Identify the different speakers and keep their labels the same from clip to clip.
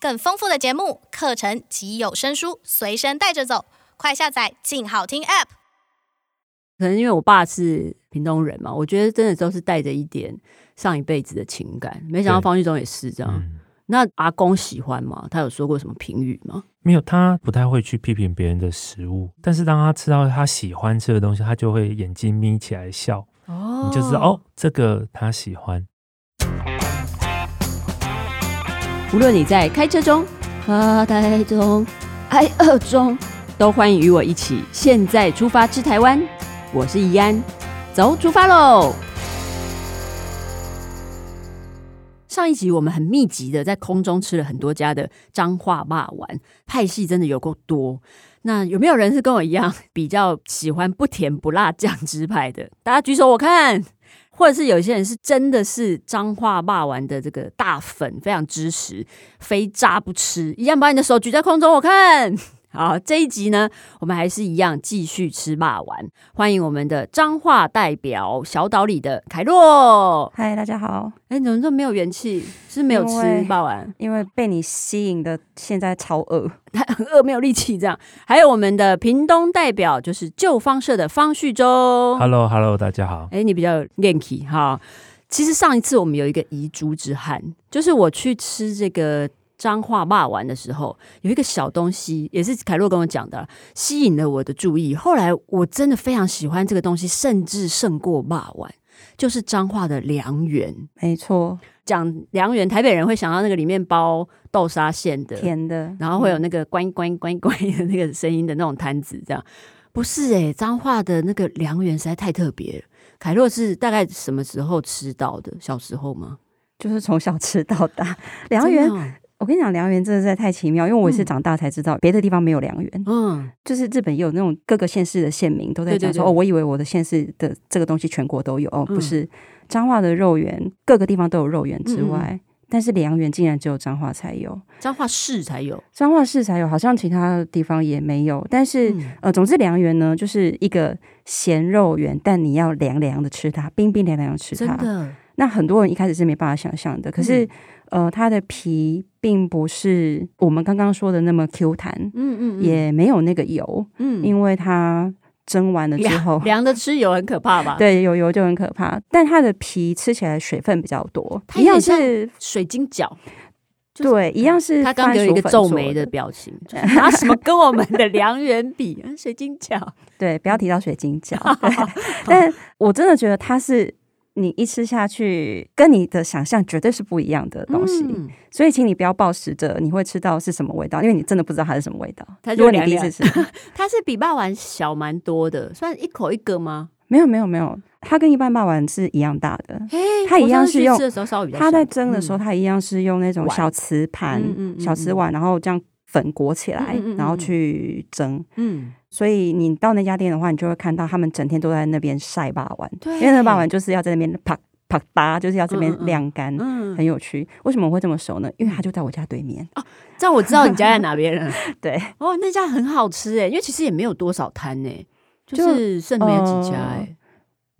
Speaker 1: 更丰富的节目、课程及有声书随身带着走，快下载“静好听 ”App。
Speaker 2: 可能因为我爸是屏东人嘛，我觉得真的都是带着一点上一辈子的情感。没想到
Speaker 3: 对
Speaker 2: 方旭中也是这样。
Speaker 3: 嗯，
Speaker 2: 那阿公喜欢吗？他有说过什么评语吗？
Speaker 3: 没有，他不太会去批评别人的食物，但是当他吃到他喜欢吃的东西，他就会眼睛眯起来笑，
Speaker 2: 哦
Speaker 3: 你就知道哦，这个他喜欢。
Speaker 2: 无论你在开车中、发呆中、挨饿中，都欢迎与我一起现在出发吃台湾。我是怡安，走，出发喽！上一集我们很密集的在空中吃了很多家的彰化霸丸，派系真的有够多。那有没有人是跟我一样比较喜欢不甜不辣酱汁派的？大家举手我看。或者是有些人是真的是彰化霸丸的这个大粉，非常支持，非炸不吃，一样把你的手举在空中，我看。 好，这一集呢，我们还是一样继续吃霸丸，欢迎我们的彰化代表小岛里的凯洛。
Speaker 4: 嗨，大家好！
Speaker 2: 哎，你怎么这么没有元气？是没有
Speaker 4: 因
Speaker 2: 吃
Speaker 4: 为
Speaker 2: 霸丸，
Speaker 4: 因为被你吸引的，现在超饿。
Speaker 2: 很饿，没有力气这样。还有我们的屏东代表就是旧方社的方旭洲。
Speaker 3: Hello，Hello，大家好。
Speaker 2: 哎、你比较有练气哈。其实上一次我们有一个遗珠之憾，就是我去吃这个彰化霸丸的时候，有一个小东西，也是凯洛跟我讲的，吸引了我的注意。后来我真的非常喜欢这个东西，甚至胜过霸丸，就是彰化的良缘。
Speaker 4: 没错，
Speaker 2: 讲良缘，台北人会想到那个里面包豆沙馅的，
Speaker 4: 甜的，
Speaker 2: 然后会有
Speaker 4: 嗯
Speaker 2: 那个关关关关的那个声音的那种摊子，这样不是诶、彰化的那个良缘实在太特别了。凯洛是大概什么时候吃到的？小时候吗？
Speaker 4: 就是从小吃到大。良缘
Speaker 2: 真，的哦
Speaker 4: 我跟你讲，良缘真的是太奇妙，因为我也是
Speaker 2: 嗯
Speaker 4: 长大才知道，别的地方没有良缘。
Speaker 2: 哦，嗯，
Speaker 4: 就是日本也有那种各个县市的县民都在
Speaker 2: 对对
Speaker 4: 讲说，
Speaker 2: 对
Speaker 4: 哦，我以为我的县市的这个东西全国都有，哦，
Speaker 2: 嗯
Speaker 4: 不是。彰化的肉圆，各个地方都有肉圆之
Speaker 2: 嗯嗯
Speaker 4: 外，但是良缘竟然只有彰化才有，
Speaker 2: 彰化市才有。
Speaker 4: 彰化市才有，好像其他地方也没有。但是、
Speaker 2: 嗯
Speaker 4: 呃，总之良缘呢，就是一个咸肉圆，但你要凉凉的吃它，冰冰凉凉的吃
Speaker 2: 真
Speaker 4: 它。
Speaker 2: 的，嗯
Speaker 4: 那很多人一开始是没办法想象的，可是、呃，它的皮并不是我们刚刚说的那么 Q 弹，
Speaker 2: 嗯
Speaker 4: 也没有那个油，
Speaker 2: 嗯
Speaker 4: 因为它蒸完了之后
Speaker 2: 凉，凉的吃有很可怕吧？，
Speaker 4: 对有油就很可怕。但它的皮吃起来水分比较多，
Speaker 2: 它
Speaker 4: 一
Speaker 2: 有
Speaker 4: 样
Speaker 2: 点像
Speaker 4: 是。
Speaker 2: 水晶饺。就是
Speaker 4: 对，一样是
Speaker 2: 他刚
Speaker 4: 番
Speaker 2: 给我一
Speaker 4: 薯
Speaker 2: 个
Speaker 4: 粉
Speaker 2: 皱
Speaker 4: 做
Speaker 2: 眉的，表情，就是 拿什么跟我们的良缘比？嗯水晶饺，
Speaker 4: 对，
Speaker 2: 嗯
Speaker 4: 不要提到水 晶饺。对但我真的觉得它是你一吃下去，跟你的想象绝对是不一样的东西。
Speaker 2: 嗯
Speaker 4: 所以，请你不要暴食着你会吃到是什么味道，因为你真的不知道它是什么味道。
Speaker 2: 它就
Speaker 4: 如果你
Speaker 2: 凉
Speaker 4: 第一
Speaker 2: 凉
Speaker 4: 次吃，
Speaker 2: 它是比霸王小蛮多的，算一口一个吗？
Speaker 4: 没有没有没有，它跟一般霸丸是一样大的。
Speaker 2: 哎
Speaker 4: 它一样是用
Speaker 2: 吃的时候稍微比较小，
Speaker 4: 它在蒸的时候，
Speaker 2: 嗯
Speaker 4: 它一样是用那种
Speaker 2: 碗
Speaker 4: 小瓷盘、
Speaker 2: 嗯嗯嗯
Speaker 4: 小瓷碗，然后这样粉裹起来，
Speaker 2: 嗯嗯嗯
Speaker 4: 然后
Speaker 2: 嗯
Speaker 4: 去蒸。
Speaker 2: 嗯，
Speaker 4: 所以你到那家店的话，你就会看到他们整天都在那边晒霸丸，
Speaker 2: 对
Speaker 4: 因为那霸丸就是要在那边啪啪嗒，就是要这边
Speaker 2: 嗯嗯嗯
Speaker 4: 晾干。
Speaker 2: 嗯，
Speaker 4: 很有趣，为什么我会这么熟呢？因为它就在我家对面。
Speaker 2: 哦这样我知道你家在哪边 了。
Speaker 4: 对，
Speaker 2: 哦，那家很好吃哎，因为其实也没有多少摊哎，就是剩没有几
Speaker 4: 哦
Speaker 2: 家哎，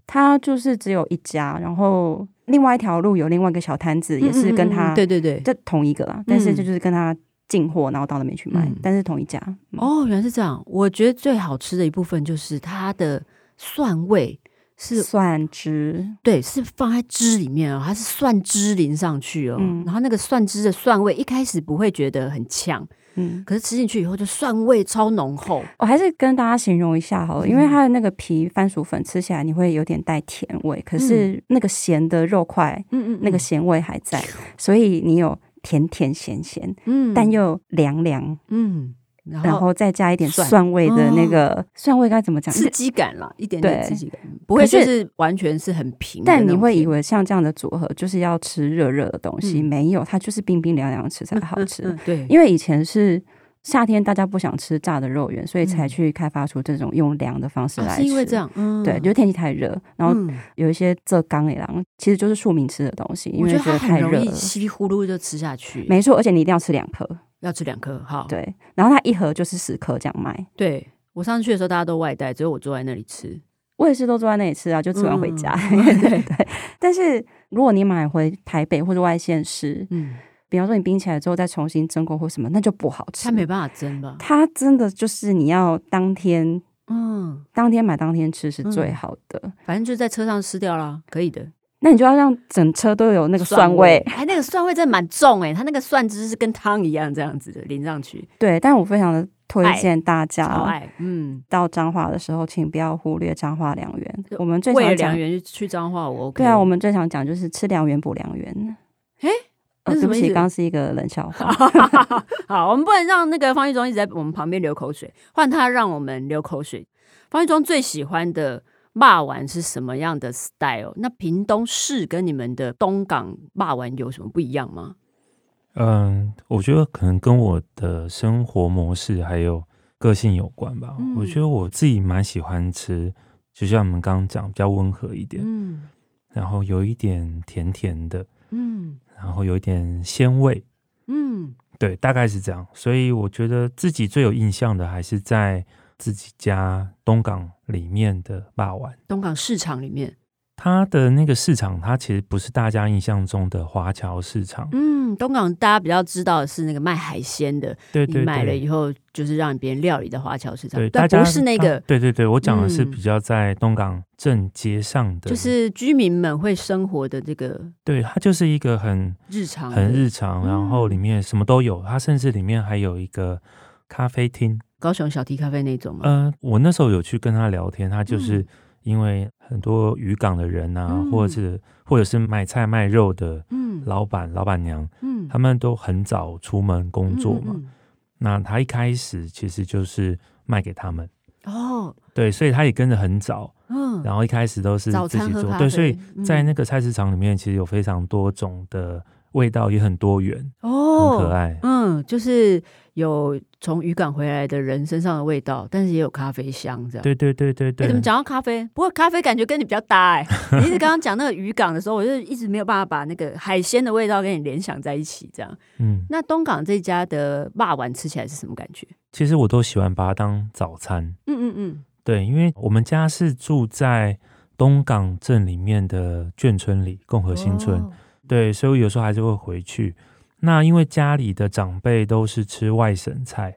Speaker 4: 它就是只有一家，然后另外一条路有另外一个小摊子，也是跟
Speaker 2: 嗯嗯嗯
Speaker 4: 它
Speaker 2: 对对对，
Speaker 4: 这同一个啦，但是这就是跟它进货，然后到那边去卖
Speaker 2: 嗯，
Speaker 4: 但是同一家。嗯，
Speaker 2: 哦，原来是这样。我觉得最好吃的一部分就是它的蒜味是
Speaker 4: 蒜汁，
Speaker 2: 对，是放在汁里面哦，它是蒜汁淋上去哦，
Speaker 4: 嗯
Speaker 2: 然后那个蒜汁的蒜味一开始不会觉得很呛，
Speaker 4: 嗯，
Speaker 2: 可是吃进去以后就蒜味超浓厚，
Speaker 4: 我还是跟大家形容一下好了，因为
Speaker 2: 嗯
Speaker 4: 它的那个皮番薯粉吃起来你会有点带甜味，可是那个咸的肉块
Speaker 2: 嗯嗯
Speaker 4: 那个咸味还在，所以你有甜甜咸咸，
Speaker 2: 嗯
Speaker 4: 但又凉凉，
Speaker 2: 嗯，然
Speaker 4: 然
Speaker 2: 后
Speaker 4: 后再加一点
Speaker 2: 蒜哦
Speaker 4: 蒜味的那个蒜味该怎么讲？
Speaker 2: 刺激感啦，一点点
Speaker 4: 对
Speaker 2: 刺激感，嗯不会
Speaker 4: 可
Speaker 2: 就是是完全是很平的那
Speaker 4: 但
Speaker 2: 种甜。
Speaker 4: 你会以为像这样的组合就是要吃热热的东西，
Speaker 2: 嗯
Speaker 4: 没有，它就是冰冰凉凉吃才好
Speaker 2: 嗯
Speaker 4: 吃。
Speaker 2: 嗯对，
Speaker 4: 因为以前是夏天大家不想吃炸的肉圆，所以才
Speaker 2: 嗯
Speaker 4: 去开发出这种用凉的方式
Speaker 2: 啊
Speaker 4: 来吃。
Speaker 2: 是因为这。样，嗯，
Speaker 4: 对，就是天气太热，然后
Speaker 2: 嗯
Speaker 4: 有一些浙江野狼，其实就是庶民吃的东西，因
Speaker 2: 我
Speaker 4: 为
Speaker 2: 觉得它
Speaker 4: 太
Speaker 2: 很
Speaker 4: 热
Speaker 2: 容
Speaker 4: 了
Speaker 2: 易。稀里呼噜就吃下去，
Speaker 4: 没错，而且你一定要吃两颗，
Speaker 2: 要吃两颗，好，
Speaker 4: 对，然后它一盒就是十颗这样卖。
Speaker 2: 对。我上次去的时候，大家都外带，只有我坐在那里吃。
Speaker 4: 我也是都坐在那里吃啊，就吃完回家。
Speaker 2: 嗯
Speaker 4: 对，但是如果你买回台北或者外县市，
Speaker 2: 嗯，
Speaker 4: 比方说你冰起来之后再重新蒸过或什么，那就不好吃。
Speaker 2: 它没办法蒸吧？
Speaker 4: 它真的就是你要当天
Speaker 2: 嗯，
Speaker 4: 当天买当天吃是最
Speaker 2: 嗯
Speaker 4: 好的。
Speaker 2: 反正就在车上吃掉啦，可以的。
Speaker 4: 那你就要让整车都有那个蒜味。
Speaker 2: 哎，那个蒜味真的蛮重哎、它那个蒜汁是跟汤一样这样子的淋上去，
Speaker 4: 对，但我非常的推荐大
Speaker 2: 哎超
Speaker 4: 家
Speaker 2: 爱。嗯，
Speaker 4: 到彰化的时候，请不要忽略彰化良缘。我们最
Speaker 2: 为了
Speaker 4: 常
Speaker 2: 良
Speaker 4: 讲，
Speaker 2: 缘去彰化，我 OK。
Speaker 4: 对啊，我们最常讲就是吃良缘补良缘。
Speaker 2: 诶那
Speaker 4: 呃
Speaker 2: 是
Speaker 4: 对
Speaker 2: 什么
Speaker 4: 不
Speaker 2: 意
Speaker 4: 起，
Speaker 2: 思
Speaker 4: 刚刚是一个冷笑话。
Speaker 2: 好，我们不能让那个方玉忠一直在我们旁边流口水，换他让我们流口水。方玉忠最喜欢的骂丸是什么样的 style？那屏东市跟你们的东港骂丸有什么不一样吗？
Speaker 3: 嗯，我觉得可能跟我的生活模式还有个性有关吧。
Speaker 2: 嗯
Speaker 3: 我觉得我自己蛮喜欢吃，就像我们刚刚讲，比较温和一点，
Speaker 2: 嗯
Speaker 3: 然后有一点甜甜的，
Speaker 2: 嗯
Speaker 3: 然后有一点鲜味，
Speaker 2: 嗯，
Speaker 3: 对，大概是这样。所以我觉得自己最有印象的还是在自己家东港里面的霸王。
Speaker 2: 东港市场里面，
Speaker 3: 它的那个市场，它其实不是大家印象中的华侨市场，
Speaker 2: 嗯，东港大家比较知道的是那个卖海鲜的，
Speaker 3: 对
Speaker 2: 你
Speaker 3: 对
Speaker 2: 买了
Speaker 3: 对
Speaker 2: 以，后就是让别人料理的华侨市场
Speaker 3: 对，，大
Speaker 2: 但
Speaker 3: 家
Speaker 2: 不是那
Speaker 3: 啊
Speaker 2: 个，
Speaker 3: 对对对，我讲的是
Speaker 2: 嗯
Speaker 3: 比较在东港正街上的，
Speaker 2: 就是居民们会生活的这个
Speaker 3: 对，它就是一个很
Speaker 2: 日常的，嗯
Speaker 3: 很日常，然后里面什么都有，它甚至里面还有一个咖啡厅。
Speaker 2: 高雄小提咖啡那种嘛。
Speaker 3: 嗯、我那时候有去跟他聊天，他就是
Speaker 2: 嗯
Speaker 3: 因为很多渔港的人啊，
Speaker 2: 嗯
Speaker 3: 或者是或者是卖菜卖肉的
Speaker 2: 嗯
Speaker 3: 老板老板娘，
Speaker 2: 嗯
Speaker 3: 他们都很早出门工作嘛。
Speaker 2: 嗯嗯
Speaker 3: 那他一开始其实就是卖给他们，
Speaker 2: 嗯哦，
Speaker 3: 对，所以他也跟着很早，
Speaker 2: 嗯，
Speaker 3: 然后一开始都是
Speaker 2: 早
Speaker 3: 自
Speaker 2: 餐
Speaker 3: 己
Speaker 2: 喝
Speaker 3: 做，
Speaker 2: 咖
Speaker 3: 对，
Speaker 2: 啡，
Speaker 3: 所以在
Speaker 2: 嗯
Speaker 3: 那个菜市场里面，其实有非常多种的味道，也很多元，
Speaker 2: 哦，
Speaker 3: 很可爱。
Speaker 2: 嗯，就是有从渔港回来的人身上的味道，但是也有咖啡香这样。
Speaker 3: 对对对对
Speaker 2: 诶
Speaker 3: 对，
Speaker 2: 怎么讲到咖啡？不过咖啡感觉跟你比较搭 哎、你一直刚刚讲那个渔港的时候，我就一直没有办法把那个海鲜的味道跟你联想在一起。这样，
Speaker 3: 嗯，
Speaker 2: 那东港这家的霸丸吃起来是什么感觉？
Speaker 3: 其实我都喜欢把它当早餐。
Speaker 2: 嗯嗯嗯，
Speaker 3: 对，因为我们家是住在东港镇里面的眷村里，共和新村。
Speaker 2: 哦
Speaker 3: 对，所以我有时候还是会回去。那因为家里的长辈都是吃外省菜，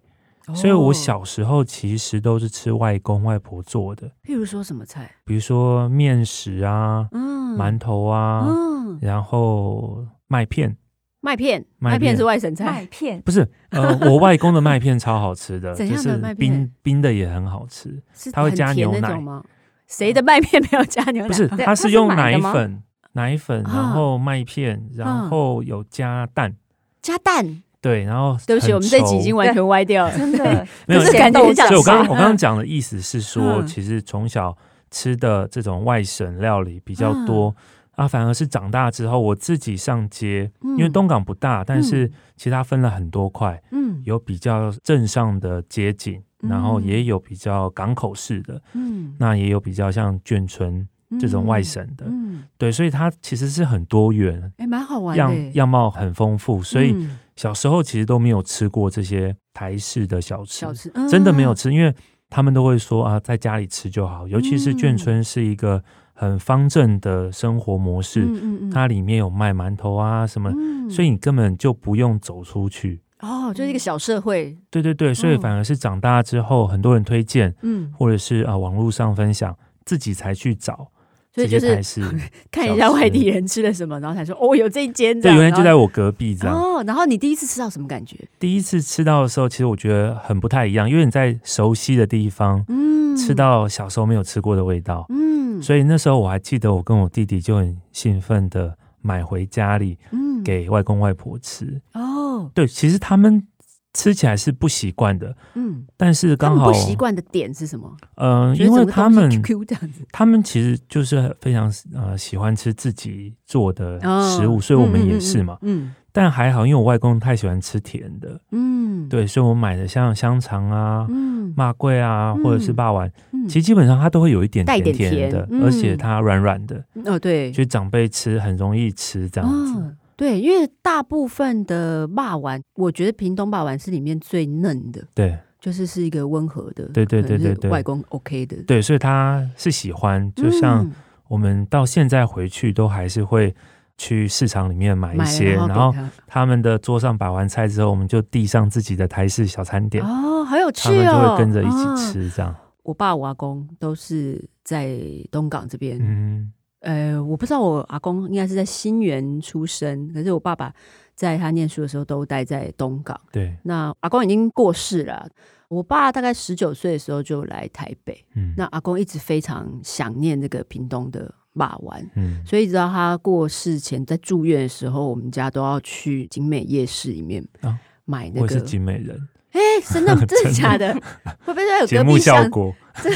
Speaker 3: 所以我，
Speaker 2: 哦
Speaker 3: 小时候其实都是吃外公外婆做的，
Speaker 2: 譬如说什么菜？
Speaker 3: 比如说面食啊、
Speaker 2: 嗯，
Speaker 3: 馒头啊，
Speaker 2: 嗯，
Speaker 3: 然后麦片。
Speaker 2: 麦片，
Speaker 3: 麦
Speaker 2: 麦片
Speaker 3: 片
Speaker 2: 是外省
Speaker 4: 麦
Speaker 2: 菜，
Speaker 4: 片
Speaker 3: 不是，呃，我外公的麦片超好吃 的，
Speaker 2: 怎
Speaker 3: 就
Speaker 2: 样的
Speaker 3: 是
Speaker 2: 麦片
Speaker 3: 冰冰的也很好吃，
Speaker 2: 是
Speaker 3: 它会
Speaker 2: 很
Speaker 3: 加
Speaker 2: 甜
Speaker 3: 牛
Speaker 2: 那
Speaker 3: 奶
Speaker 2: 种吗？谁的麦片没有加牛奶？
Speaker 3: 不是，
Speaker 4: 对
Speaker 3: 它
Speaker 4: 它是
Speaker 3: 是用
Speaker 4: 买
Speaker 3: 奶
Speaker 4: 的吗
Speaker 3: 粉、奶粉，然
Speaker 2: 啊
Speaker 3: 后麦片，
Speaker 2: 嗯
Speaker 3: 然后有加蛋，
Speaker 2: 加蛋。
Speaker 3: 对，然后
Speaker 2: 对不起，
Speaker 3: 很
Speaker 2: 我们这集已
Speaker 3: 稠
Speaker 2: 经完全歪掉了。
Speaker 4: 真的
Speaker 3: 没有
Speaker 2: 就是感觉很想
Speaker 3: 所以我刚
Speaker 2: 吃
Speaker 3: 我刚刚讲的意思是说，
Speaker 2: 嗯
Speaker 3: 其实从小吃的这种外省料理比
Speaker 2: 嗯
Speaker 3: 较多。啊，反而是长大之后，我自己上街，
Speaker 2: 因
Speaker 3: 因为东港不大，但是
Speaker 2: 嗯
Speaker 3: 其实它分了很多块，
Speaker 2: 嗯
Speaker 3: 有比较镇上的街景，然后也有比较港口式的，
Speaker 2: 嗯
Speaker 3: 那也有比较像眷村这种外省的，
Speaker 2: 嗯，
Speaker 3: 对，所以它其实是很多元，
Speaker 2: 哎，蛮好玩的
Speaker 3: 样
Speaker 2: 耶。
Speaker 3: 样貌很丰富，所以
Speaker 2: 嗯
Speaker 3: 小时候其实都没有吃过这些台式的小吃，
Speaker 2: 小吃
Speaker 3: 真的没有
Speaker 2: 嗯
Speaker 3: 吃，因为他们都会说啊，在家里吃就好。尤其是
Speaker 2: 嗯
Speaker 3: 眷村是一个很方正的生活模式，
Speaker 2: 嗯嗯嗯，
Speaker 3: 它里面有卖馒头啊什么，
Speaker 2: 嗯
Speaker 3: 所以你根本就不用走出去。
Speaker 2: 哦，就是一个小社会。
Speaker 3: 对对对，所以
Speaker 2: 嗯
Speaker 3: 反而是长大之后，很多人推荐，
Speaker 2: 嗯，
Speaker 3: 或者是啊网络上分享，自己才去找
Speaker 2: 所
Speaker 3: 这
Speaker 2: 以就
Speaker 3: 些台
Speaker 2: 是
Speaker 3: 式。
Speaker 2: 看一下外地人吃了什么，然后才说哦，有这一间这
Speaker 3: 对，
Speaker 2: 样。
Speaker 3: 原来就在
Speaker 2: 然后
Speaker 3: 我隔壁这样。
Speaker 2: 哦，然后你第一次吃到什么感觉？
Speaker 3: 第一次吃到的时候，其实我觉得很不太一样，因为你在熟悉的地方、
Speaker 2: 嗯，
Speaker 3: 吃到小时候没有吃过的味道，
Speaker 2: 嗯，
Speaker 3: 所以那时候我还记得，我跟我弟弟就很兴奋的买回家里
Speaker 2: 嗯
Speaker 3: 给外公外婆吃。
Speaker 2: 哦
Speaker 3: 对，其实他们吃起来是不习惯的，
Speaker 2: 嗯，
Speaker 3: 但是
Speaker 2: 他
Speaker 3: 刚
Speaker 2: 们
Speaker 3: 好
Speaker 2: 不习，惯的点是什么？
Speaker 3: 嗯、
Speaker 2: 觉得
Speaker 3: 因为
Speaker 2: 整个
Speaker 3: 他
Speaker 2: 东西
Speaker 3: 们
Speaker 2: Q 这样子，
Speaker 3: 他们其实就是非常呃喜欢吃自己做的
Speaker 2: 哦
Speaker 3: 食物，所以我们
Speaker 2: 嗯嗯
Speaker 3: 也
Speaker 2: 嗯
Speaker 3: 是嘛。
Speaker 2: 嗯
Speaker 3: 但还好，因为我外公太喜欢吃甜的，
Speaker 2: 嗯，
Speaker 3: 对，啊所以我买的像香肠啊、
Speaker 2: 嗯，
Speaker 3: 麻桂啊，
Speaker 2: 嗯
Speaker 3: 或者是霸丸，
Speaker 2: 嗯
Speaker 3: 其实基本上它都会有一点
Speaker 2: 带一
Speaker 3: 甜
Speaker 2: 点
Speaker 3: 甜的，
Speaker 2: 甜嗯
Speaker 3: 而且它软软的，
Speaker 2: 哦对，
Speaker 3: 就长辈吃很容易吃这样子。
Speaker 2: 嗯，对，因为大部分的霸丸，我觉得屏东霸丸是里面最嫩的，
Speaker 3: 对
Speaker 2: 就是是一个温和的，
Speaker 3: 对对对
Speaker 2: 可能是
Speaker 3: 对对
Speaker 2: 外公 OK 的，
Speaker 3: 对，所以他是喜欢，就像
Speaker 2: 嗯
Speaker 3: 我们到现在回去都还是会去市场里面买一些，
Speaker 2: 买了
Speaker 3: 然后
Speaker 2: 给他
Speaker 3: 他们的桌上摆完菜之后，我们就递上自己的台式小餐点，
Speaker 2: 哦，好有趣
Speaker 3: 他们就
Speaker 2: 哦，
Speaker 3: 会跟着一
Speaker 2: 啊
Speaker 3: 起吃这样。
Speaker 2: 我爸我阿公都是在东港这边，
Speaker 3: 嗯，
Speaker 2: 呃，我不知道我阿公应该是在新园出生，可是我爸爸在他念书的时候都待在东港。
Speaker 3: 对，
Speaker 2: 那阿公已经过世了，我爸大概十九岁的时候就来台北。
Speaker 3: 嗯，
Speaker 2: 那阿公一直非常想念这个屏东的马丸，
Speaker 3: 嗯
Speaker 2: 所以一直到他过世前在住院的时候，我们家都要去景美夜市里面
Speaker 3: 啊
Speaker 2: 买那
Speaker 3: 我
Speaker 2: 个
Speaker 3: 是。景美人，
Speaker 2: 哎、真 的真的假的？会不会有
Speaker 3: 节
Speaker 2: 隔
Speaker 3: 目
Speaker 2: 壁巷
Speaker 3: 效
Speaker 2: 子？
Speaker 3: 果，
Speaker 2: 对，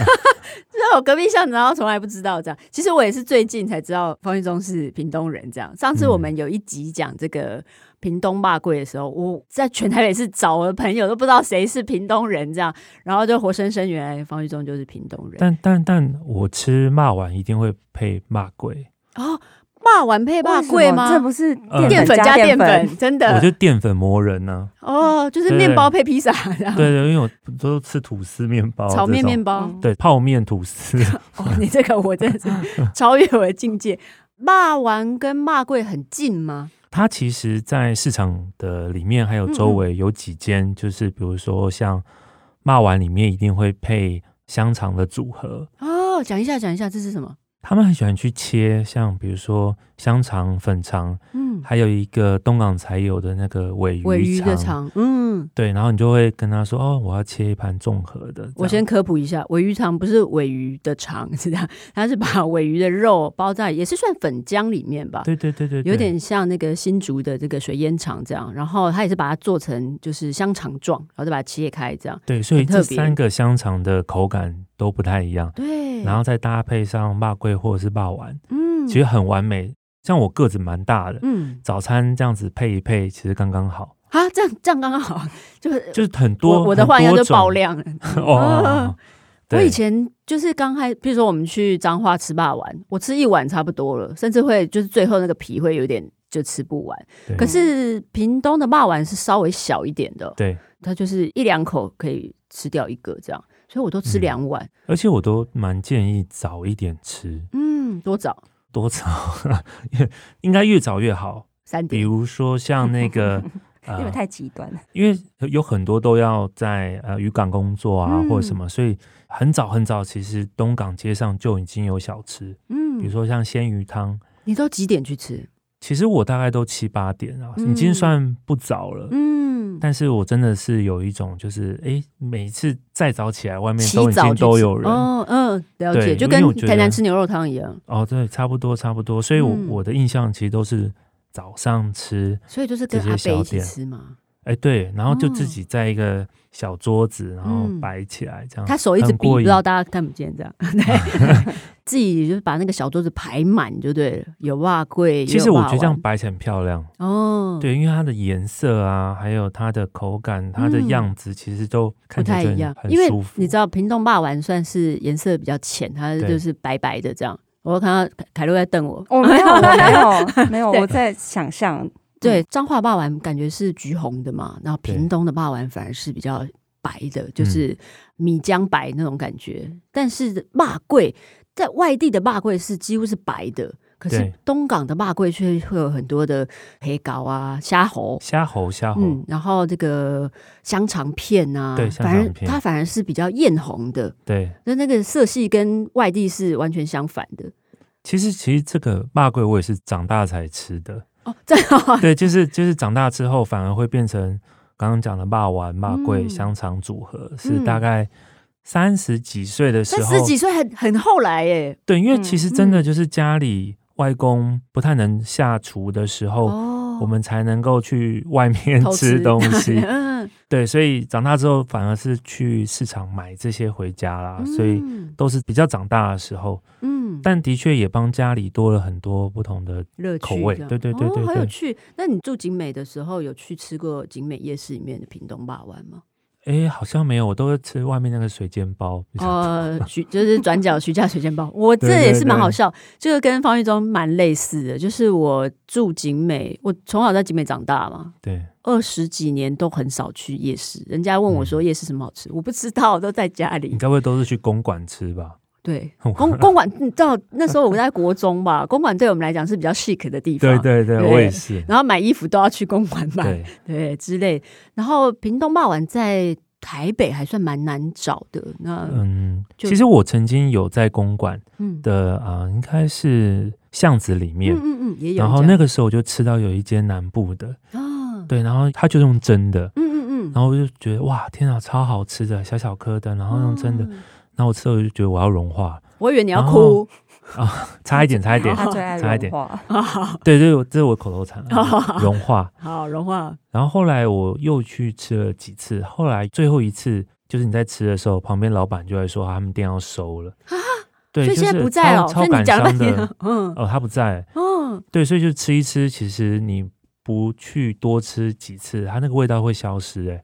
Speaker 2: 我隔壁巷子，然后从来不知道这样。其实我也是最近才知道方玉忠是屏东人这样。上次我们有一集讲这个屏东霸贵的时候，我在全台北市找我的朋友都不知道谁是屏东人这样，然后就活生生原来方玉忠就是屏东人。
Speaker 3: 但但但我吃骂丸一定会配骂桂，
Speaker 2: 哦，霸丸配霸贵吗？
Speaker 4: 这不是
Speaker 3: 呃
Speaker 2: 淀粉
Speaker 4: 淀粉
Speaker 2: 加淀
Speaker 4: 淀
Speaker 2: 粉，真
Speaker 3: 我
Speaker 2: 的
Speaker 3: 就淀粉魔人呢、
Speaker 2: 哦，就是
Speaker 3: 对
Speaker 2: 面包配披萨这样，
Speaker 3: 对对，因为我都吃吐司面包，
Speaker 2: 嗯炒面
Speaker 3: 这种
Speaker 2: 面包。
Speaker 4: 嗯
Speaker 3: 对泡面吐司，
Speaker 2: 哦，你这个我真的是超越我的境界。霸丸跟骂贵很近吗？
Speaker 3: 它其实，在市场的里面还有
Speaker 2: 嗯
Speaker 3: 周围有几间，就是比如说像骂丸里面一定会配香肠的组合，
Speaker 2: 哦，讲一下讲一下，这是什么？
Speaker 3: 他们很喜欢去切，像比如说香肠、粉肠，
Speaker 2: 嗯，
Speaker 3: 还有一个东港才有的那个尾
Speaker 2: 尾
Speaker 3: 鱼
Speaker 2: 鱼的
Speaker 3: 肠。
Speaker 2: 肠，嗯，
Speaker 3: 对，然后你就会跟他说：“哦，我要切一盘综合的。这样”
Speaker 2: 我先科普一下，尾鱼肠不是尾鱼的肠，是这样， 它是把尾鱼的肉包在，也是算粉浆里面吧，
Speaker 3: 对对对对，对
Speaker 2: 有点像那个新竹的这个水烟肠这样，然后它也是把它做成就是香肠状，然后再把它切开这样，
Speaker 3: 对，所以
Speaker 2: 很
Speaker 3: 这
Speaker 2: 特别
Speaker 3: 三个香肠的口感都不太一样，
Speaker 2: 对，
Speaker 3: 然后再搭配上霸桂或者是霸丸，
Speaker 2: 嗯，
Speaker 3: 其实很完美。像我个子蛮大的，
Speaker 2: 嗯
Speaker 3: 早餐这样子配一配，其实刚刚好，
Speaker 2: 啊，这样这样刚刚好，就是
Speaker 3: 就是很多
Speaker 2: 我我的话应该就爆
Speaker 3: 料
Speaker 2: 量了。
Speaker 3: 哦。
Speaker 2: 我
Speaker 3: 对
Speaker 2: 以前就是刚开，比如说我们去彰化吃霸丸，我吃一碗差不多了，甚至会就是最后那个皮会有点就吃不完。
Speaker 3: 对
Speaker 2: 可是屏东的霸丸是稍微小一点的，
Speaker 3: 对，
Speaker 2: 它就是一两口可以吃掉一个这样，所以我都
Speaker 3: 嗯
Speaker 2: 吃两碗。
Speaker 3: 而且我都蛮建议早一点吃，
Speaker 2: 嗯，多早
Speaker 3: 多早， 应该越早越好。
Speaker 2: 三
Speaker 3: 比
Speaker 2: 点，
Speaker 3: 如说像 那个
Speaker 4: 因为
Speaker 3: 呃，
Speaker 4: 太极端了。
Speaker 3: 因为有很多都要在呃渔港工作啊，
Speaker 2: 嗯
Speaker 3: 或者什么，所以很早很早，其实东港街上就已经有小吃，
Speaker 2: 嗯，
Speaker 3: 比如说像鲜鱼汤。
Speaker 2: 你都几点去吃？
Speaker 3: 其实我大概都七八点啊，
Speaker 2: 嗯
Speaker 3: 已经算不早了。
Speaker 2: 嗯，
Speaker 3: 但是我真的是有一种，就是哎，诶每一次再早起来，外面
Speaker 2: 起
Speaker 3: 都已
Speaker 2: 早
Speaker 3: 经
Speaker 2: 去吃
Speaker 3: 都有人哦
Speaker 2: 哦，嗯，了
Speaker 3: 对
Speaker 2: 解，就
Speaker 3: 因为
Speaker 2: 跟
Speaker 3: 我觉得
Speaker 2: 台南吃牛肉汤一样，
Speaker 3: 哦对，差不多差不多。所以我，我、
Speaker 2: 嗯
Speaker 3: 的印象其实都是早上吃，
Speaker 2: 所以就是跟
Speaker 3: 这些
Speaker 2: 阿北一
Speaker 3: 小
Speaker 2: 起
Speaker 3: 店
Speaker 2: 吃嘛。
Speaker 3: 哎，对，然后就自
Speaker 2: 哦
Speaker 3: 己在一个小桌子，然后
Speaker 2: 嗯
Speaker 3: 摆起来这样。
Speaker 2: 他手一直
Speaker 3: 啊很
Speaker 2: 比，
Speaker 3: 过
Speaker 2: 不
Speaker 3: 瘾
Speaker 2: 知道大家看不见这样， 对， 自己就是把那个小桌子排满就对了，有袜柜，
Speaker 3: 其实我觉得这样
Speaker 2: 也有
Speaker 3: 摆起来很漂亮，
Speaker 2: 霸王哦，，
Speaker 3: 对，因为它的颜色啊，还有它的口感、它的
Speaker 2: 嗯
Speaker 3: 样子，其实都
Speaker 2: 不
Speaker 3: 看起
Speaker 2: 太
Speaker 3: 来就
Speaker 2: 一
Speaker 3: 很
Speaker 2: 样，
Speaker 3: 很
Speaker 2: 因为
Speaker 3: 舒服。
Speaker 2: 你知道屏东霸丸算是颜色比较浅，它
Speaker 3: 对
Speaker 2: 就是白白的这样。我看到凯凯洛在瞪我，
Speaker 4: 我哦没有，我没 有，没有，
Speaker 2: 对
Speaker 4: 我在想象。
Speaker 2: 对，彰化霸丸感觉是橘红的嘛，然后
Speaker 3: 嗯对嗯
Speaker 2: 屏东的霸丸反而是比较白的，就是米浆白那种感觉。但是霸柜在外地的霸柜是几乎是白的，可是
Speaker 3: 对
Speaker 2: 东港的霸柜却会有很多的黑膏啊、虾猴。
Speaker 3: 虾猴，虾猴，
Speaker 2: 嗯，然后这个香肠片啊，
Speaker 3: 对香
Speaker 2: 反而
Speaker 3: 肠片
Speaker 2: 它反而是比较艳红的，
Speaker 3: 对，
Speaker 2: 那那个色系跟外地是完全相反的
Speaker 3: 其实其实这个霸桂我也是长大才吃 的，
Speaker 2: 哦。这 样啊
Speaker 3: 对，就是就是长大之后反而会变成刚刚讲的霸丸、霸桂、
Speaker 2: 嗯
Speaker 3: 香肠组合，是
Speaker 2: 嗯
Speaker 3: 大概三十几岁的时
Speaker 2: 但
Speaker 3: 候，
Speaker 2: 十几岁很很后来耶，
Speaker 3: 对，因为
Speaker 4: 嗯
Speaker 3: 其实真的
Speaker 2: 嗯
Speaker 3: 就是家里外公不太能下厨的时候，
Speaker 2: 哦
Speaker 3: 我们才能够去外 面
Speaker 2: 偷
Speaker 3: 吃东西。
Speaker 2: 嗯，
Speaker 3: 对，所以长大之后反而是去市场买这些回家啦，啊所以都是比较长大的时候，
Speaker 2: 嗯，
Speaker 3: 但的确也帮家里多了很多不同的。
Speaker 2: 乐趣
Speaker 3: 口味
Speaker 2: 这样
Speaker 3: 对对对对
Speaker 2: 哦，好有
Speaker 3: 对
Speaker 2: 趣。那你住景美的时候，有去吃过景美夜市里面的屏东霸丸 吗？
Speaker 3: 哎，好像没有，我都会吃外面那个水煎包比较多。
Speaker 2: 呃，徐 就是转角徐家水煎包，我这
Speaker 3: 对对
Speaker 2: 也是蛮好
Speaker 3: 对
Speaker 2: 笑，这个跟方玉忠蛮类似的，就是我住景美，我从小在景美长大嘛，
Speaker 3: 对，
Speaker 2: 二十几年都很少去
Speaker 3: 嗯
Speaker 2: 夜市，人家问我说夜市什么好吃，我不知道，都在家里
Speaker 3: 你。该不会都是去公馆吃吧？
Speaker 2: 对，公公馆，你知道那时候我在国中吧，公馆对我们来讲是比较 chic 的地
Speaker 3: 对
Speaker 2: 方。
Speaker 3: 对对，
Speaker 2: 对
Speaker 3: 我也是。
Speaker 2: 然后买衣服都要去公馆买，
Speaker 3: 对，
Speaker 2: 对之类。然后屏东霸王在台北还算蛮难找的，那
Speaker 3: 嗯，
Speaker 2: 就
Speaker 3: 其实我曾经有在公馆
Speaker 2: 嗯
Speaker 3: 的啊、呃应该是巷子里面
Speaker 2: 嗯，嗯嗯也有这样。
Speaker 3: 然后那个时候我就吃到有一间南部的，
Speaker 2: 啊，
Speaker 3: 对，然后他就用蒸的，
Speaker 2: 嗯嗯嗯，
Speaker 3: 然后我就觉得哇，天啊，超好吃的，小小颗的，然后用蒸的，
Speaker 2: 哦，
Speaker 3: 然后我吃了我就觉得我要融化，
Speaker 2: 我以为你要
Speaker 3: 然
Speaker 2: 哭
Speaker 3: 后，差一点，差一点，
Speaker 4: 他最爱
Speaker 3: 差一
Speaker 4: 融
Speaker 3: 点
Speaker 4: 化，
Speaker 3: 对对，我这是我口头禅啊
Speaker 2: 哦，
Speaker 3: 融化。
Speaker 2: 好融化，
Speaker 3: 然后后来我又去吃了几次，后来最后一次就是你在吃的时候，旁边老板就在说他们店要收了啊，对，
Speaker 2: 所以
Speaker 3: 就
Speaker 2: 现在
Speaker 3: 是
Speaker 2: 不在
Speaker 3: 超
Speaker 2: 了，所
Speaker 3: 超
Speaker 2: 以你
Speaker 3: 感
Speaker 2: 讲了半
Speaker 3: 伤
Speaker 2: 天
Speaker 3: 的，，
Speaker 2: 嗯
Speaker 3: 哦，他不在，
Speaker 2: 嗯
Speaker 3: 对，所以就吃一吃，其实你不去多吃几次，它那个味道会消失、哎，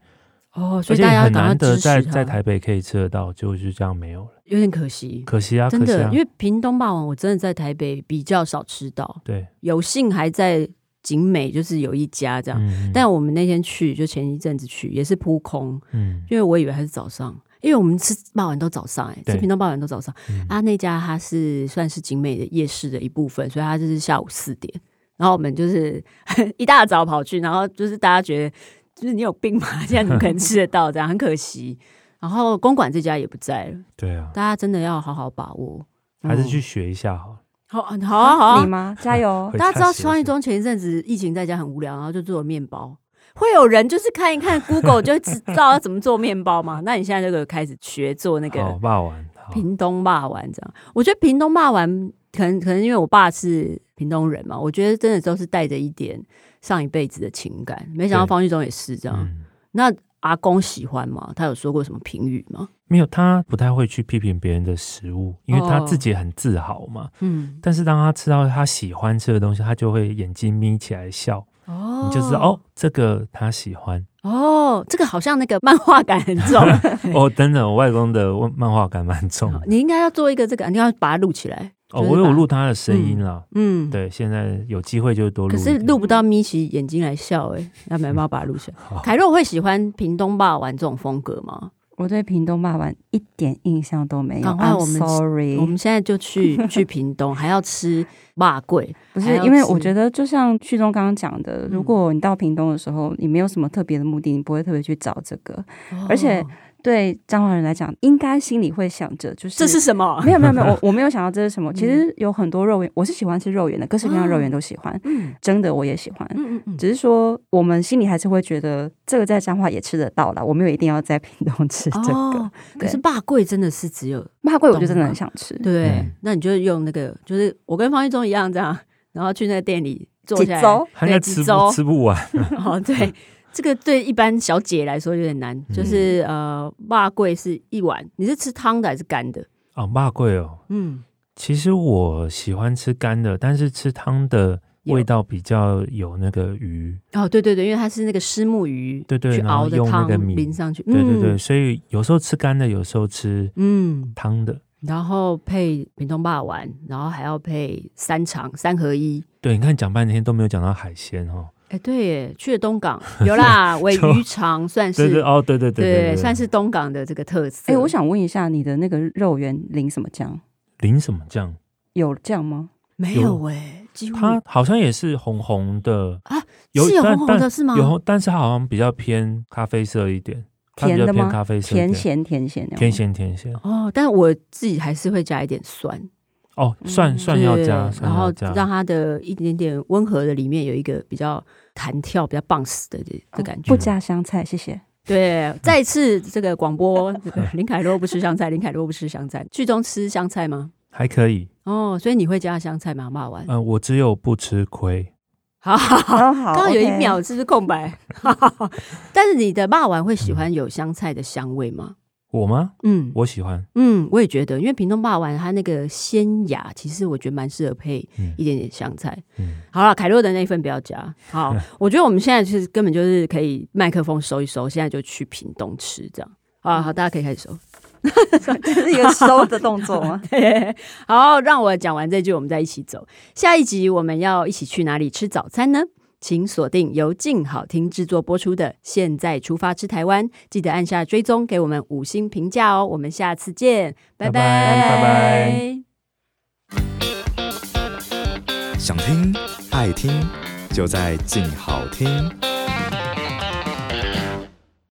Speaker 2: 哦，所
Speaker 3: 而
Speaker 2: 以
Speaker 3: 且
Speaker 2: 大家要
Speaker 3: 很
Speaker 2: 赶快
Speaker 3: 难得
Speaker 2: 支持
Speaker 3: 在
Speaker 2: 它
Speaker 3: 在台北可以吃得到，就是这样没有了，
Speaker 2: 有点可惜。
Speaker 3: 可惜啊，
Speaker 2: 真
Speaker 3: 可惜
Speaker 2: 的，
Speaker 3: 啊
Speaker 2: 因，为屏东霸王我真的在台北比较少吃到，
Speaker 3: 对，
Speaker 2: 有幸还在景美就是有一家这样，
Speaker 3: 嗯，
Speaker 2: 但我们那天去就前一阵子去也是扑空，
Speaker 3: 嗯
Speaker 2: 因为我以为还是早上，因为我们吃霸王都早上哎、
Speaker 3: 对
Speaker 2: 吃屏东霸王都早上
Speaker 3: 嗯
Speaker 2: 啊，那家它是算是景美的夜市的一部分，所以它就是下午四点，然后我们就是 一大早跑去，然后就是大家觉得就是你有病吗？现在怎么可能吃得到？这样很可惜。然后公馆这家也不在了，
Speaker 3: 对啊，
Speaker 2: 大家真的要好好把握，
Speaker 3: 还是
Speaker 2: 嗯
Speaker 3: 去学一下好了。
Speaker 2: 好啊好啊好啊
Speaker 4: 你吗？加油！
Speaker 3: 会
Speaker 2: 大家知
Speaker 3: 差
Speaker 2: 道
Speaker 3: 十
Speaker 2: 创意
Speaker 3: 分
Speaker 2: 中前一阵子疫情在家很无聊，然后就做了面包。会有人就是看一看 Google 就 知道要怎么做面包吗？那你现在就给我开始学做那
Speaker 3: 好
Speaker 2: 个
Speaker 3: 霸王，好
Speaker 2: 屏东霸丸这样。我觉得屏东霸丸可能可能因为我爸是屏东人嘛，我觉得真的都是带着一点上一辈子的情感。没想到
Speaker 3: 对
Speaker 2: 方旭中也是这样。
Speaker 3: 嗯，
Speaker 2: 那阿公喜欢吗？他有说过什么评语吗？
Speaker 3: 没有，他不太会去批评别人的食物，因为他
Speaker 2: 哦
Speaker 3: 自己很自豪嘛。
Speaker 2: 嗯，
Speaker 3: 但是当他吃到他喜欢吃的东西，他就会眼睛眯起来笑，
Speaker 2: 哦
Speaker 3: 你就知道哦，这个他喜 欢。
Speaker 2: 哦，这个好像那个漫画感很 重。
Speaker 3: 哦，等等，我外公的漫画感蛮重的。
Speaker 2: 哦你应该要做一个这个，你要把它录起来。
Speaker 3: 哦，
Speaker 2: 就是
Speaker 3: 我
Speaker 2: 把
Speaker 3: 有录他的声音啦。
Speaker 2: 嗯，
Speaker 3: 对，现在有机会就多录
Speaker 2: 可
Speaker 3: 一点。
Speaker 2: 是录不到咪奇眼睛来笑、 欸，哎，那没办法把它录下来。
Speaker 3: 好
Speaker 2: 凯若会喜欢屏东霸王这种风格吗？
Speaker 4: 我对屏东霸丸一点印象都没有。
Speaker 2: 赶快
Speaker 4: I'm
Speaker 2: 我们我
Speaker 4: sorry，
Speaker 2: 们现在就去 去屏东，还要吃霸贵，
Speaker 4: 不
Speaker 2: 还
Speaker 4: 是
Speaker 2: 要
Speaker 4: 因为我
Speaker 2: 吃
Speaker 4: 觉得，就像旭中刚刚讲的，
Speaker 2: 嗯
Speaker 4: 如果你到屏东的时候，你没有什么特别的目的，你不会特别去找这个。而且
Speaker 2: 哦
Speaker 4: 对彰化人来讲，应该心里会想着，就是
Speaker 2: 这是什么？
Speaker 4: 没有没有没有，我我没有想到这是 什么。
Speaker 2: 嗯
Speaker 4: 其实有很多肉圆，我是喜欢吃肉圆的，各式各样的肉圆都喜欢，
Speaker 2: 嗯
Speaker 4: 蒸的我也喜欢。
Speaker 2: 嗯嗯嗯，
Speaker 4: 只是说，我们心里还是会觉得这个在彰化也吃得到啦，我没有一定要在屏东吃这个
Speaker 2: 哦。可是霸贵真的是只有
Speaker 4: 麻贵，我就真的很想吃。
Speaker 2: 对，
Speaker 3: 嗯
Speaker 2: 那你就用那个，就是我跟方一中一样这样，然后去那个店里坐
Speaker 4: 几
Speaker 2: 下来
Speaker 4: 周，
Speaker 3: 他应该
Speaker 2: 对几
Speaker 3: 吃
Speaker 2: 周
Speaker 3: 不吃不完。
Speaker 2: 哦， 对，这个对一般小姐来说有点难，就是、呃，霸贵是一碗，你是吃汤的还是干的？
Speaker 3: 哦，骂贵哦。
Speaker 2: 嗯，
Speaker 3: 其实我喜欢吃干的，但是吃汤的
Speaker 2: 有
Speaker 3: 味道比较有那个鱼。
Speaker 2: 哦，对对对，因为它是那个虱目鱼，
Speaker 3: 对对
Speaker 2: 去
Speaker 3: 然后
Speaker 2: 熬的
Speaker 3: 用那
Speaker 2: 汤
Speaker 3: 个米
Speaker 2: 淋上去，
Speaker 3: 对对对，
Speaker 2: 嗯，
Speaker 3: 所以有时候吃干的，有时候吃
Speaker 2: 嗯，
Speaker 3: 汤的。
Speaker 2: 然后配屏东霸丸，然后还要配三肠三合一。
Speaker 3: 对，你看讲半天都没有讲到海鲜哦。
Speaker 2: 哎，对耶，去了东港有 啦，尾
Speaker 3: 就
Speaker 2: 鱼肠算
Speaker 3: 对对
Speaker 2: 是
Speaker 3: 哦，对对对对，
Speaker 2: 算是东港的这个特色。
Speaker 4: 哎、我想问一下，你的那个肉圆淋什么酱？
Speaker 3: 淋什么酱？
Speaker 4: 有酱吗？
Speaker 2: 没
Speaker 3: 有
Speaker 2: 有哎，几乎
Speaker 3: 它好像也是红红的，
Speaker 2: 啊
Speaker 3: 有
Speaker 2: 是有
Speaker 3: 但
Speaker 2: 红红的是吗？
Speaker 3: 有红，但是它好像比较偏咖啡色一点，它比
Speaker 4: 甜
Speaker 3: 较
Speaker 4: 的
Speaker 3: 偏
Speaker 4: 吗
Speaker 3: 咖？啡色一点，
Speaker 4: 甜咸甜咸那样吗
Speaker 3: 甜咸甜咸。
Speaker 2: 哦，但我自己还是会加一点酸，
Speaker 3: 哦，蒜
Speaker 2: 嗯
Speaker 3: 蒜
Speaker 2: 对
Speaker 3: 要加，蒜
Speaker 2: 然后
Speaker 3: 要加。
Speaker 2: 让它的一点点温和的里面有一个比较弹跳、比较棒死的这这感觉。
Speaker 4: 哦不加香菜，谢谢。
Speaker 2: 对，再次这个广播，这个林凯洛不吃香菜，林凯洛不吃香菜，剧中吃香菜吗？
Speaker 3: 还可以，
Speaker 2: 哦，所以你会加香菜吗？骂完
Speaker 3: 嗯、，我只有不吃亏，
Speaker 2: 好好好，
Speaker 4: 哦，好，
Speaker 2: 刚刚有一
Speaker 4: OK
Speaker 2: 秒是不是空白？哈哈哈 但是你的骂完会喜欢有香菜的香味吗？
Speaker 3: 我吗？
Speaker 2: 嗯
Speaker 3: 我喜欢，
Speaker 2: 嗯，我也觉得，因为屏东霸丸它那个鲜雅，其实我觉得蛮适合配
Speaker 3: 嗯
Speaker 2: 一点点香菜。
Speaker 3: 嗯，
Speaker 2: 好了，凯洛的那一份不要加。好，我觉得我们现在就是根本就是可以麦克风收一收，现在就去屏东吃这样。啊，好，大家可以开始收。
Speaker 4: 这是一个收的动作 吗？
Speaker 2: 好，让我讲完这句，我们再一起走。下一集我们要一起去哪里吃早餐呢？请锁定由静好听制作播出的《现在出发吃台湾》，记得按下追踪，给我们五星评价哦。我们下次见，拜
Speaker 3: 拜拜
Speaker 2: 拜
Speaker 3: 拜
Speaker 5: 想听爱听，就在静好听。